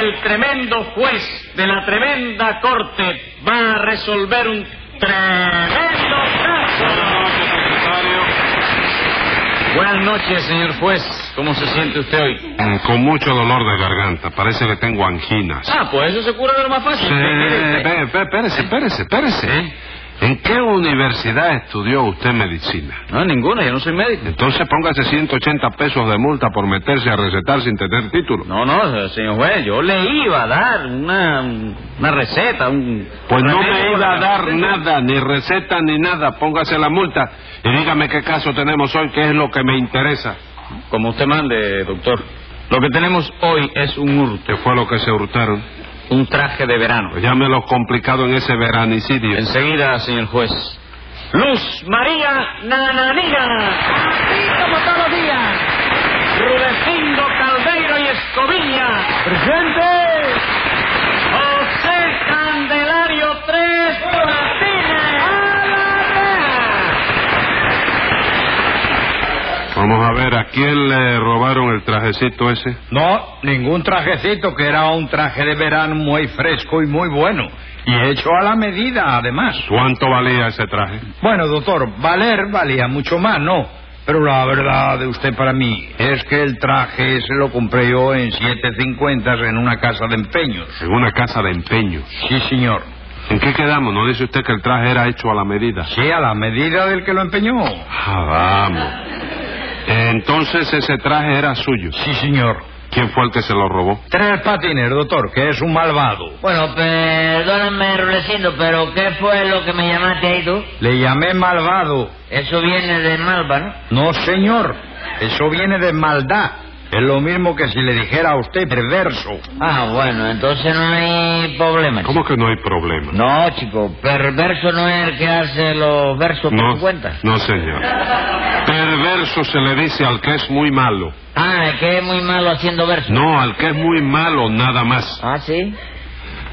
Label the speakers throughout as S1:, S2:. S1: el tremendo juez de la tremenda corte va a resolver un tremendo caso. Buenas noches, señor juez. ¿Cómo se siente usted hoy?
S2: Mm, Con mucho dolor de garganta. Parece que tengo anginas.
S1: Ah, pues eso se cura de lo más fácil.
S2: Sí, ve- ve, espérese, espérese, espérese. ¿En qué universidad estudió usted medicina?
S1: No, ninguna, yo no soy médico.
S2: Entonces póngase 180 pesos de multa por meterse a recetar sin tener título.
S1: No, no, señor juez, yo le iba a dar una, una receta, un...
S2: Pues no me
S1: remedio
S2: iba a
S1: para-
S2: dar nada, ni receta ni nada. Póngase la multa y dígame qué caso tenemos hoy, qué es lo que me interesa.
S1: Como usted mande, doctor. Lo que tenemos hoy es un hurto,
S2: ¿Qué fue lo que se hurtaron?
S1: un traje de verano.
S2: Pues llámelo complicado en ese veranicidio.
S1: Enseguida, señor juez. Luz María Nananina,
S3: Como todos los días.
S1: Rudecindo Caldeiro y Escobilla,
S3: ¡Presente!
S1: José Candelario Tres Patines. ¡A la
S2: Vamos a ver, ¿a quién le robaron el trajecito ese?
S3: No, ningún trajecito, que era un traje de verano muy fresco y muy bueno. Y hecho a la medida, además.
S2: ¿Cuánto valía ese traje?
S3: Bueno, doctor, valer valía mucho más, ¿no? Pero la verdad de usted para mí es que el traje se lo compré yo en 7.50 en una casa de empeños.
S2: En una casa de empeños.
S3: Sí, señor.
S2: ¿En qué quedamos? ¿No dice usted que el traje era hecho a la medida?
S3: Sí, a la medida del que lo empeñó.
S2: Ah, vamos. Entonces ese traje era suyo.
S3: Sí, señor.
S2: ¿Quién fue el que se lo robó?
S3: Tres patines, doctor, que es un malvado.
S4: Bueno, perdóname, Rudecindo, pero ¿qué fue lo que me llamaste ahí tú?
S3: Le llamé malvado.
S4: Eso viene de Malva, ¿no?
S3: No, señor. Eso viene de maldad. Es lo mismo que si le dijera a usted perverso.
S4: Ah, bueno, entonces no hay problema. chico.
S2: ¿Cómo que no hay problema?
S4: No, chico, perverso no es el que hace los versos por su cuenta.
S2: no, señor. Perverso se le dice al que es muy malo.
S4: Ah, es que es muy malo haciendo versos.
S2: No, al que es muy malo nada más.
S4: Ah, sí.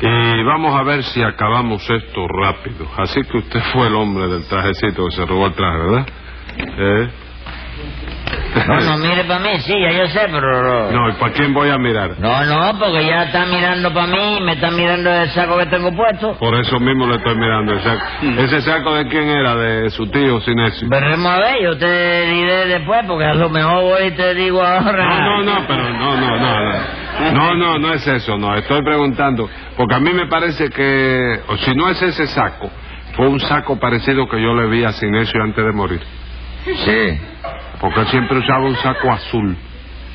S2: Y vamos a ver si acabamos esto rápido. Así que usted fue el hombre del trajecito que se robó el traje, ¿verdad? ¿Eh?
S4: No, no mire para mí, sí, ya yo sé, pero.
S2: No, ¿y para quién voy a mirar?
S4: No, no, porque ya está mirando para mí, me está mirando el saco que tengo puesto.
S2: Por eso mismo le estoy mirando el saco. ¿Ese saco de quién era? ¿De su tío Sinesio?
S4: Veremos a ver, yo te diré después, porque a lo mejor voy y te digo ahora.
S2: No, no, no, pero no, no, no, no. No, no, no es eso, no. Estoy preguntando, porque a mí me parece que, o si no es ese saco, fue un saco parecido que yo le vi a Sinesio antes de morir.
S4: Sí.
S2: Porque él siempre usaba un saco azul,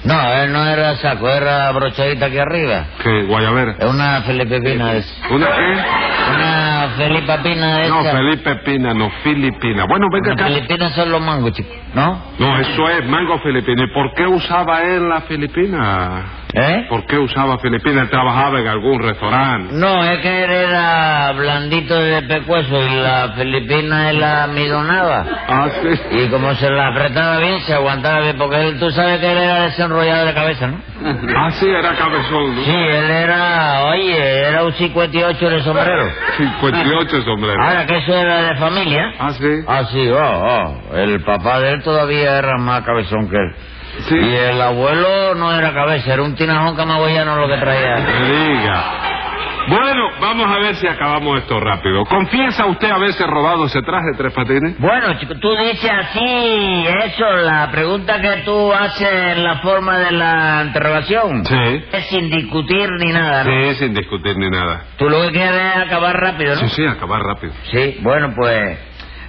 S4: No, él no era saco, era brochadita aquí arriba.
S2: que guayabera.
S4: Es una filipina esa.
S2: ¿Una qué?
S4: Una filipina esa.
S2: No, Felipe Pina, no, Filipina. Bueno, venga
S4: Las
S2: acá.
S4: filipinas son los mangos, chicos, ¿no?
S2: No, eso es mango filipino. ¿Y por qué usaba él la filipina?
S4: ¿Eh?
S2: ¿Por qué usaba filipina? Él trabajaba en algún restaurante.
S4: No, es que él era blandito de pecueso y la filipina él la amidonaba.
S2: Ah, sí.
S4: Y como se la apretaba bien, se aguantaba bien, porque él, tú sabes que él era desenrollado de cabeza, ¿no?
S2: Ah, sí, era cabezón, ¿no?
S4: Sí, él era, oye, era un 58 de sombrero. Ah,
S2: 58 sombreros.
S4: Ahora que eso era de familia.
S2: Ah, sí.
S4: Ah, sí, oh, oh. El papá de él todavía era más cabezón que él.
S2: Sí.
S4: Y el abuelo no era cabeza, era un tinajón camagüeyano lo que traía.
S2: Me diga. Bueno, vamos a ver si acabamos esto rápido. ¿Confiesa usted haberse robado ese traje, Tres Patines?
S4: Bueno, chico, tú dices así, eso, la pregunta que tú haces en la forma de la interrogación.
S2: Sí.
S4: Es sin discutir ni nada, ¿no?
S2: Sí, sin discutir ni nada.
S4: Tú lo que quieres es acabar rápido, ¿no?
S2: Sí, sí, acabar rápido.
S4: Sí, bueno, pues.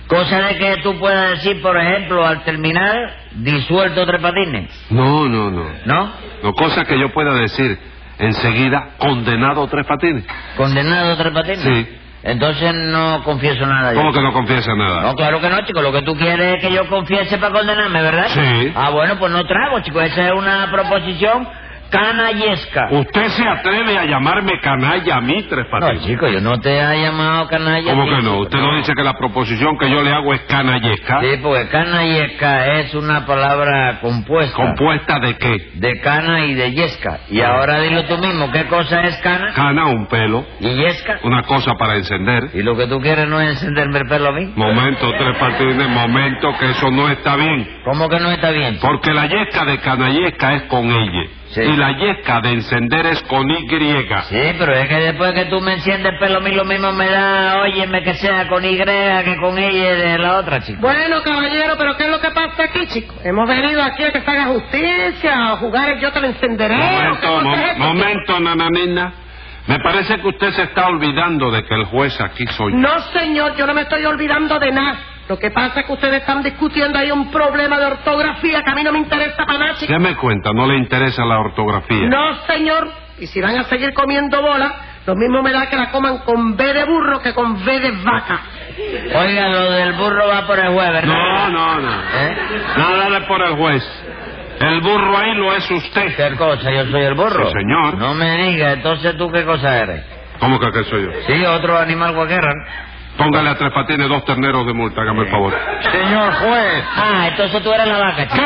S4: Cosa de que tú puedas decir, por ejemplo, al terminar, disuelto tres patines,
S2: No, no, no.
S4: ¿no?
S2: No, cosa que yo pueda decir enseguida, condenado Tres Patines.
S4: Condenado tres patines.
S2: Sí.
S4: Entonces no confieso nada. yo.
S2: ¿Cómo que no confiesa nada?
S4: No, claro que no, chico. Lo que tú quieres es que yo confiese para condenarme, ¿verdad?
S2: Sí.
S4: Ah, bueno, pues no trago, chico. Esa es una proposición canallesca.
S2: ¿Usted se atreve a llamarme canalla a mí, Tres
S4: no,
S2: Patines?
S4: chico, yo no te he llamado canalla.
S2: ¿Cómo
S4: chico.
S2: que no? ¿Usted no dice que la proposición que yo le hago es canallesca?
S4: Sí, porque canallesca es una palabra compuesta.
S2: ¿Compuesta Ah. de qué?
S4: de cana y de yesca. Y ahora dilo tú mismo, ¿qué cosa es cana
S2: Cana, un pelo,
S4: y yesca?
S2: una cosa para encender.
S4: Y lo que tú quieres no es encenderme el pelo a mí.
S2: Momento, Tres Patines, momento, que eso no está bien.
S4: ¿Cómo que no está bien? chico?
S2: Porque la yesca de canallesca es con ella.
S4: Sí.
S2: y la yesca de encender es con Y.
S4: Sí, pero es que después que tú me enciendes pelo, a mí lo mismo me da, óyeme, que sea con Y que con E Y de la otra, chico.
S5: Bueno, caballero, pero ¿qué es lo que pasa aquí, chico? Hemos venido aquí a que se haga justicia, a jugar el yo te lo encenderé. ¿o
S2: Momento,
S5: qué cosa
S2: mo-
S5: es esto, chico?
S2: momento, nananina. Me parece que usted se está olvidando de que el juez aquí soy yo.
S5: No, señor, yo no me estoy olvidando de nada. Lo que pasa es que ustedes están discutiendo ahí un problema de ortografía que a mí no me interesa para nada, chico.
S2: Deme cuenta, no le interesa la ortografía.
S5: No, señor. Y si van a seguir comiendo bola, lo mismo me da que la coman con B de burro que con B de vaca.
S4: Oiga, lo del burro va por el juez, ¿verdad?
S2: no, no. no.
S4: ¿Eh?
S2: Nada de por el juez. El burro ahí lo es usted.
S4: ¿Qué cosa? ¿Yo soy el burro?
S2: Sí, señor.
S4: No me digas, entonces tú qué cosa eres.
S2: ¿Cómo que qué soy yo?
S4: Sí, otro animal cualquiera. ¿no?
S2: Póngale a tres patines dos terneros de multa, hágame el favor.
S3: Señor juez,
S4: Ah, entonces tú eres la vaca, chico.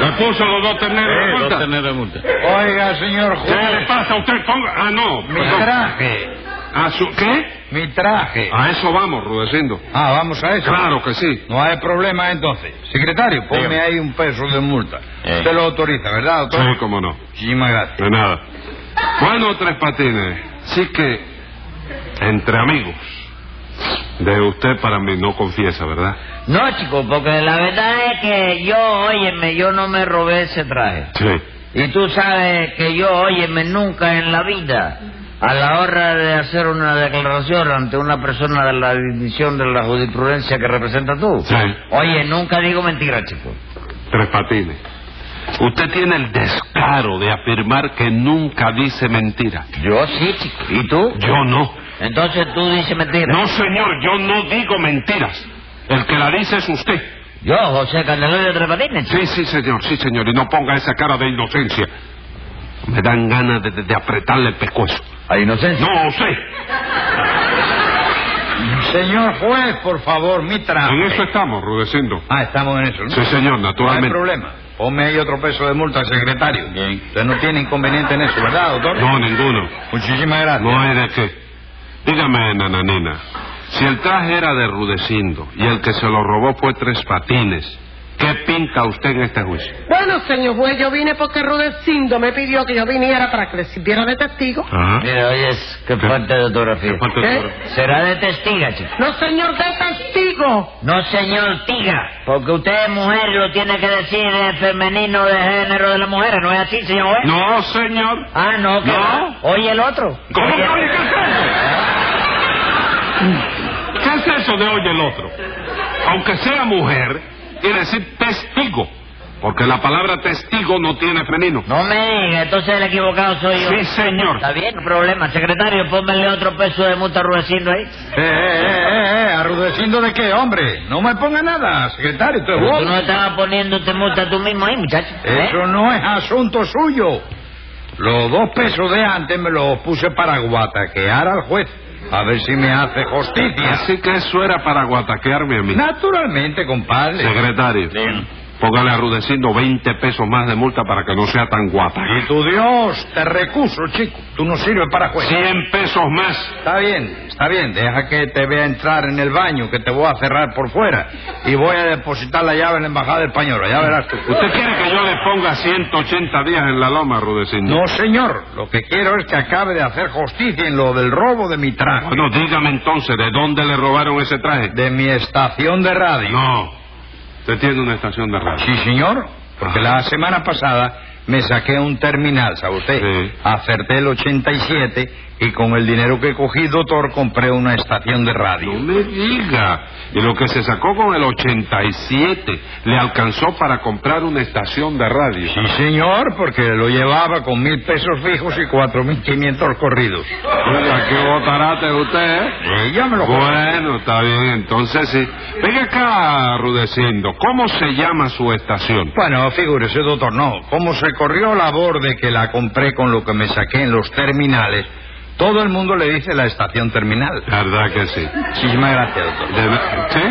S2: ¿Le puso los dos terneros de multa?
S3: oiga, señor
S2: ¿Qué le
S3: juez,
S2: pasa a usted? Ponga... Ah, no.
S3: mi
S2: perdón.
S3: traje,
S2: ¿A su... ¿Qué?
S3: mi traje.
S2: A eso vamos, Rudecindo.
S3: Ah, vamos a eso.
S2: Claro que sí.
S3: No hay problema entonces. Secretario, ponme
S2: Dígame.
S3: ahí un peso de multa.
S4: Eh.
S3: Usted lo autoriza, ¿verdad, doctor?
S2: Sí, cómo no.
S3: Muchísimas gracias.
S2: De nada. Bueno, Tres Patines, sí que entre amigos, de usted para mí no confiesa, ¿verdad?
S4: No, chico, porque la verdad es que yo, óyeme, yo no me robé ese traje.
S2: Sí.
S4: Y tú sabes que yo, óyeme, nunca en la vida, a la hora de hacer una declaración ante una persona de la división de la jurisprudencia que representa tú,
S2: Sí.
S4: oye, nunca digo mentira, chico.
S2: Tres Patines, usted tiene el descaro de afirmar que nunca dice mentira.
S4: Yo sí, chico. ¿Y tú?
S2: Yo no.
S4: Entonces tú dices mentira.
S2: No, señor, yo no digo mentiras. El que la dice es usted.
S4: Yo, José Candelario Tres Patines, chico.
S2: Sí, sí, señor, sí, señor. Y no ponga esa cara de inocencia. Me dan ganas de, de- de apretarle el pescuezo.
S4: A inocencia.
S2: No, a usted.
S3: Señor juez, por favor, mi traje.
S2: En eso estamos, Rudecindo.
S3: Ah, estamos en eso, ¿no?
S2: Sí, señor,
S3: No hay
S2: naturalmente.
S3: problema. Ponme ahí otro peso de multa, secretario. Usted no tiene inconveniente en eso, ¿verdad, doctor?
S2: No, ninguno.
S3: Muchísimas gracias.
S2: No hay de qué. Dígame, nananina, si el traje era de Rudecindo y el que se lo robó fue Tres Patines, ¿qué pinta usted en este juicio?
S5: Bueno, señor juez, yo vine porque Rudecindo me pidió que yo viniera para que le sirviera de testigo.
S2: Ajá.
S4: Mira, oyes, qué fuerte de ortografía.
S2: Qué fuerte
S5: ¿Eh?
S2: toro.
S4: Será de testiga, chico.
S5: No, señor, de testigo.
S4: No, señor, tiga. Porque usted es mujer y lo tiene que decir eh, femenino de género de la mujer. ¿No es así, señor juez?
S2: No, señor.
S4: Ah, no, que
S2: No.
S4: va. Oye, el otro.
S2: ¿Cómo
S4: Oye,
S2: que oye, qué es eso? Mm. ¿Qué es eso de oye el otro? Aunque sea mujer, quiere decir testigo. Porque la palabra testigo no tiene femenino.
S4: No me diga, entonces el equivocado soy yo.
S2: Sí, señor.
S4: Está bien, no problema. Secretario, pónmele otro peso de multa ruecindo ahí.
S3: Eh, eh, eh, eh, arrudeciendo de qué, hombre. No me ponga nada, secretario, usted es
S4: Pero
S3: bobo.
S4: tú no estabas poniéndote multa tú mismo ahí, muchacho. ¿eh?
S3: Eso no es asunto suyo. Los dos pesos de antes me los puse para guataquear al juez. A ver si me hace justicia.
S2: Así que eso era para guataquearme a mí.
S3: Naturalmente, compadre.
S2: Secretario, póngale a Rudecindo 20 pesos más de multa para que no sea tan guapa.
S3: Y tu Dios, te recuso, chico. Tú no sirves para juez.
S2: 100 pesos más.
S3: Está bien, está bien. Deja que te vea entrar en el baño, que te voy a cerrar por fuera. Y voy a depositar la llave en la embajada española. Ya verás tú.
S2: ¿Usted quiere que yo le ponga 180 días en la loma, Rudecindo?
S3: No, señor. Lo que quiero es que acabe de hacer justicia en lo del robo de mi traje.
S2: Bueno, dígame entonces, ¿de dónde le robaron ese traje?
S3: De mi estación de radio.
S2: No. Usted tiene una estación de radio.
S3: Sí, señor. Porque
S2: Ah.
S3: la semana pasada me saqué un terminal, ¿sabe usted?
S2: Sí.
S3: Acerté el 87 y con el dinero que cogí, doctor, compré una estación de radio.
S2: No me diga. Y lo que se sacó con el 87 le alcanzó para comprar una estación de radio.
S3: Sí, señor, porque lo llevaba con mil pesos fijos y cuatro mil quinientos corridos.
S2: Oiga, qué botarate usted, ¿eh?
S3: Ella me lo
S2: Bueno, está bien, entonces sí. Venga acá, Rudecindo, ¿cómo se llama su estación?
S3: Bueno, figúrese, doctor, no. Como se corrió la labor de que la compré con lo que me saqué en los terminales, todo el mundo le dice la estación terminal.
S2: ¿Verdad que sí?
S3: Muchísimas gracias, doctor.
S2: De na- ¿Sí?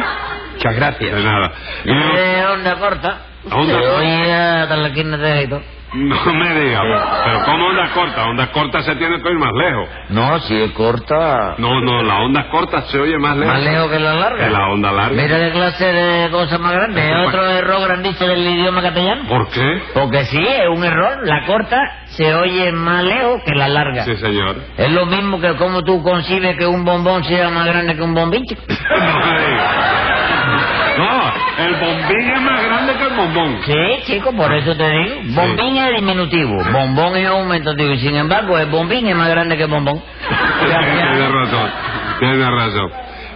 S3: Muchas gracias.
S2: De nada. Y-
S4: Eh, onda corta.
S2: Onda corta.
S4: Oye, hasta la esquina de Ejido.
S2: No me diga, pero, pero ¿cómo onda corta? Onda corta se tiene que ir más lejos.
S4: No, si es corta,
S2: No, no, la onda corta se oye más lejos.
S4: más lejos que la larga.
S2: Que la onda larga.
S4: Mira qué clase de cosa más grande. Es otro error grandísimo del idioma castellano.
S2: ¿Por qué?
S4: Porque sí, es un error. La corta se oye más lejos que la larga.
S2: Sí, señor.
S4: Es lo mismo que como tú concibes que un bombón sea más grande que un bombicho.
S2: No, me diga. No, el bombín es más grande que el bombón.
S4: Sí, chico, por eso te digo. Bombín es diminutivo, bombón es aumentativo. Y sin embargo, el bombín es más grande que el bombón.
S2: tiene razón, tiene razón.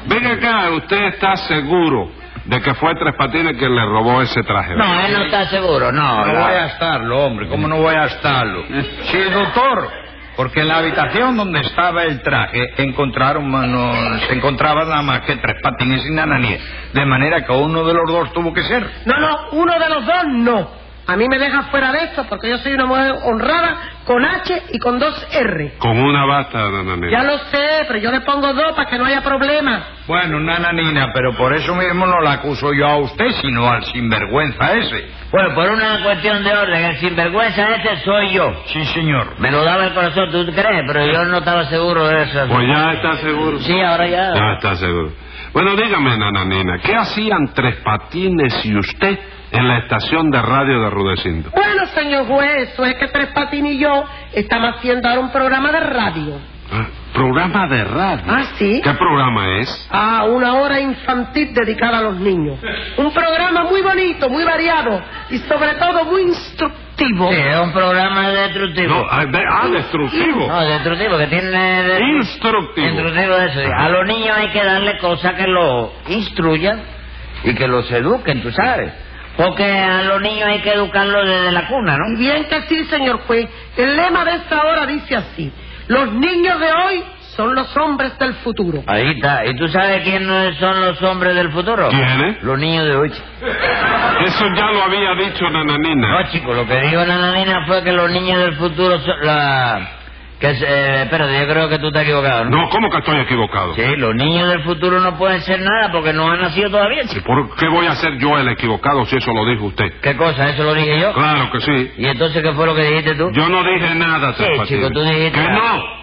S2: Venga acá, ¿usted está seguro de que fue Tres Patines quien le robó ese traje?
S4: No, él no está seguro, no.
S3: No
S4: la-
S3: voy a estarlo, hombre, ¿cómo no voy a estarlo? Sí, doctor, porque en la habitación donde estaba el traje encontraron, mano, se encontraban nada más que tres patines y ananías, de manera que uno de los dos tuvo que ser.
S5: No, no, uno de los dos no. A mí me deja fuera de esto porque yo soy una mujer honrada con H y con dos R.
S2: Con una bata, Nananina.
S5: Ya lo sé, pero yo le pongo dos para que no haya problema.
S3: Bueno, nananina, pero por eso mismo no la acuso yo a usted, sino al sinvergüenza ese.
S4: Bueno, por una cuestión de orden, el sinvergüenza ese soy yo.
S3: Sí, señor.
S4: Me lo daba el corazón, tú crees, pero yo no estaba seguro de eso.
S2: Pues ya está seguro.
S4: Sí, ahora ya.
S2: Ya está seguro. Bueno, dígame, Nananina, ¿qué hacían Tres Patines y usted en la estación de radio de Rudecindo?
S5: Bueno, señor juez, eso es que Tres Patines y yo estamos haciendo ahora un programa de radio.
S2: Ah, Programa de radio.
S5: Ah, sí.
S2: ¿Qué programa es?
S5: a una hora infantil dedicada a los niños. Un programa muy bonito, muy variado y sobre todo muy instructivo.
S4: Sí, es un programa destructivo.
S2: No, ah, de- ah, destructivo.
S4: No, destructivo, que tiene... de-
S2: Instructivo.
S4: Instructivo de eso. sí. A los niños hay que darle cosas que los instruyan y que los eduquen, tú sabes. Porque a los niños hay que educarlos desde la cuna,
S5: Y
S4: ¿no?
S5: bien que sí, señor juez. El lema de esta hora dice así: Los niños de hoy son los hombres del futuro.
S4: Ahí está. ¿Y tú sabes quiénes son los hombres del futuro?
S2: ¿Quiénes?
S4: Los niños de hoy.
S2: Eso ya lo había dicho Nananina.
S4: No, chicos, lo que dijo Nananina fue que los niños del futuro son la... Que se... eh, espérate, yo creo que tú te has equivocado, ¿no?
S2: No, ¿cómo que estoy equivocado?
S4: Sí, los niños del futuro no pueden ser nada porque no han nacido todavía,
S2: ¿Y
S4: chico.
S2: ¿Por qué voy a ser yo el equivocado si eso lo dijo usted?
S4: ¿Qué cosa? ¿Eso lo dije yo?
S2: Claro que sí.
S4: ¿Y entonces qué fue lo que dijiste tú?
S2: Yo no dije nada, Tres
S4: Sí,
S2: Patines.
S4: chico, tú dijiste
S2: ¿Que
S4: nada.
S2: no?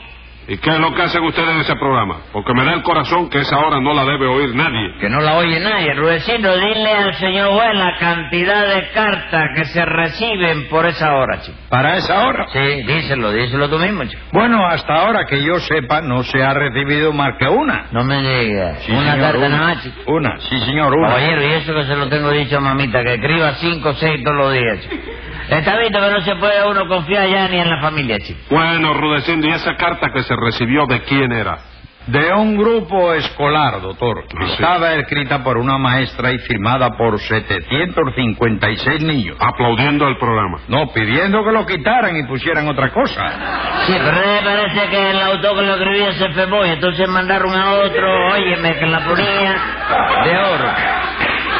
S2: ¿Y qué es lo que hacen ustedes en ese programa? Porque me da el corazón que esa hora no la debe oír nadie.
S4: Que no la oye nadie. Rudecindo, dile al señor juez la cantidad de cartas que se reciben por esa hora, chico.
S3: Para esa hora.
S4: Sí, díselo, díselo tú mismo, chico.
S3: Bueno, hasta ahora que yo sepa, no se ha recibido más que una.
S4: No me digas.
S3: Sí,
S4: una
S3: señor,
S4: carta
S3: una.
S4: nada más, chico.
S3: Una, sí, señor, una.
S4: Caballero, y eso que se lo tengo dicho a mamita, que escriba cinco o seis todos los días, chico. Está visto que no se puede uno confiar ya ni en la familia, chico.
S2: Bueno, Rudecindo, ¿y esa carta que se recibió de quién era?
S3: De un grupo escolar, doctor.
S2: Ah, sí.
S3: Estaba escrita por una maestra y firmada por 756 niños.
S2: Aplaudiendo el programa.
S3: No, pidiendo que lo quitaran y pusieran otra cosa.
S4: Sí, pero eh, parece que el autor que lo escribía se enfermó y entonces mandaron a otro, óyeme, que la ponía de oro.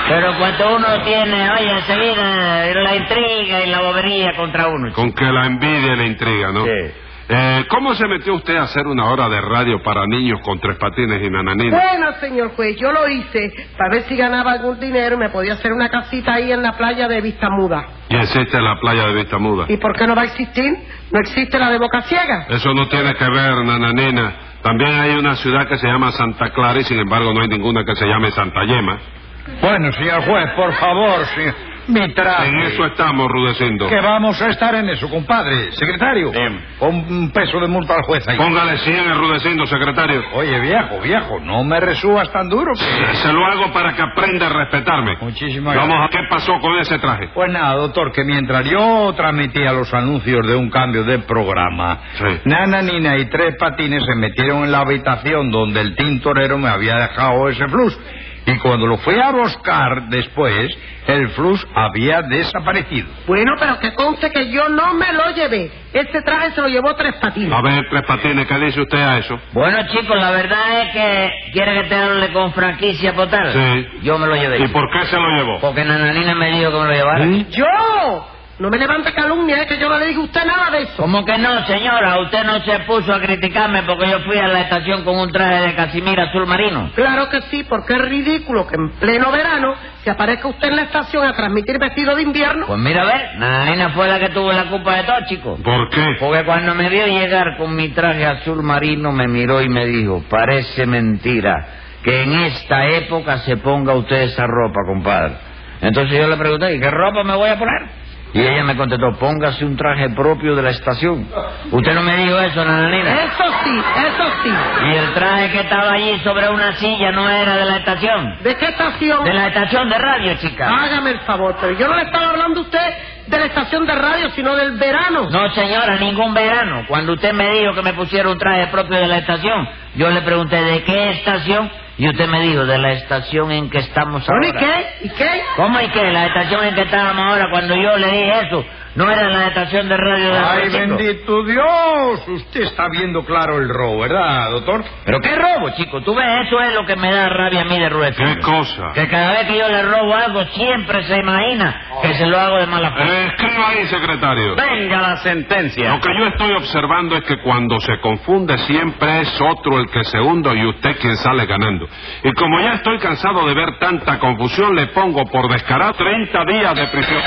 S4: Pero cuando uno tiene, oye, enseguida la intriga y la bobería contra uno. chico.
S2: Con que la envidia y la intriga, ¿no?
S4: Sí.
S2: Eh, ¿Cómo se metió usted a hacer una hora de radio para niños con tres patines y nananina?
S5: Bueno, señor juez, yo lo hice para ver si ganaba algún dinero y me podía hacer una casita ahí en la playa de Vistamuda.
S2: Y existe la playa de Vista Muda.
S5: ¿Y por qué no va a existir? No existe la de Boca
S4: Eh.
S5: Ciega.
S2: Eso no tiene que ver, nananina. También hay una ciudad que se llama Santa Clara y sin embargo no hay ninguna que se llame Santa Yema.
S3: Bueno, señor juez, por favor, señor. Mi traje.
S2: En eso estamos, Rudecindo.
S3: Que vamos a estar en eso, compadre. Secretario. Con un peso de multa al juez ahí.
S2: Póngale 100 a Rudecindo, secretario.
S3: Oye, viejo, viejo, no me resubas tan duro. que-
S2: Se lo hago para que aprenda a respetarme.
S3: Muchísimas gracias.
S2: Vamos a qué pasó con ese traje.
S3: Pues nada, doctor, que mientras yo transmitía los anuncios de un cambio de programa,
S2: Sí.
S3: Nana Nina y Tres Patines se metieron en la habitación donde el tintorero me había dejado ese flux. Y cuando lo fui a buscar después, el flux había desaparecido.
S5: Bueno, pero que conste que yo no me lo llevé. Ese traje se lo llevó Tres Patines.
S2: A ver, tres patines, ¿qué dice usted a eso?
S4: Bueno, chicos, la verdad es que quiere que te hable con franquicia potal.
S2: Sí.
S4: Yo me lo llevé.
S2: ¿Y por qué se lo llevó?
S4: Porque Nananina me dijo que me lo llevara.
S2: ¿Eh?
S5: ¡Yo! No me levante calumnia, es que yo no le digo a usted nada de eso.
S4: Como que no, señora? Usted no se puso a criticarme porque yo fui a la estación con un traje de casimira azul marino.
S5: Claro que sí, porque es ridículo que en pleno verano se aparezca usted en la estación a transmitir vestido de invierno.
S4: Pues mira, a ver, Naina fue la que tuvo la culpa de todo, chico.
S2: ¿Por qué?
S4: Porque cuando me vio llegar con mi traje azul marino me miró y me dijo, parece mentira que en esta época se ponga usted esa ropa, compadre. Entonces yo le pregunté, ¿y qué ropa me voy a poner? Y ella me contestó, póngase un traje propio de la estación. Usted no me dijo eso, Nananina.
S5: Eso sí, eso sí.
S4: Y el traje que estaba allí sobre una silla no era de la estación.
S5: ¿De qué estación?
S4: De la estación de radio, chica.
S5: Hágame el favor, pero yo no le estaba hablando a usted de la estación de radio, sino del verano.
S4: No, señora, ningún verano. Cuando usted me dijo que me pusiera un traje propio de la estación, yo le pregunté de qué estación y usted me dijo de la estación en que estamos ahora.
S5: Bueno, ¿y qué? ¿Y qué?
S4: ¿Cómo y qué? La estación en que estábamos ahora, cuando yo le dije eso, no era la estación de radio de
S3: ¡Ay,
S4: Francisco.
S3: bendito Dios! Usted está viendo claro el robo, ¿verdad, doctor?
S4: Pero qué robo, chico. Tú ves, eso es lo que me da rabia a mí de Rudecindo.
S2: ¿Qué cosa?
S4: Que cada vez que yo le robo algo, siempre se imagina que se lo hago de mala fe.
S2: Eh, escriba ahí, secretario.
S1: Venga la
S2: Lo
S1: sentencia.
S2: que yo estoy observando es que cuando se confunde siempre es otro el que se hunde y usted quien sale ganando. Y como ya estoy cansado de ver tanta confusión, le pongo por descarado 30 días de prisión.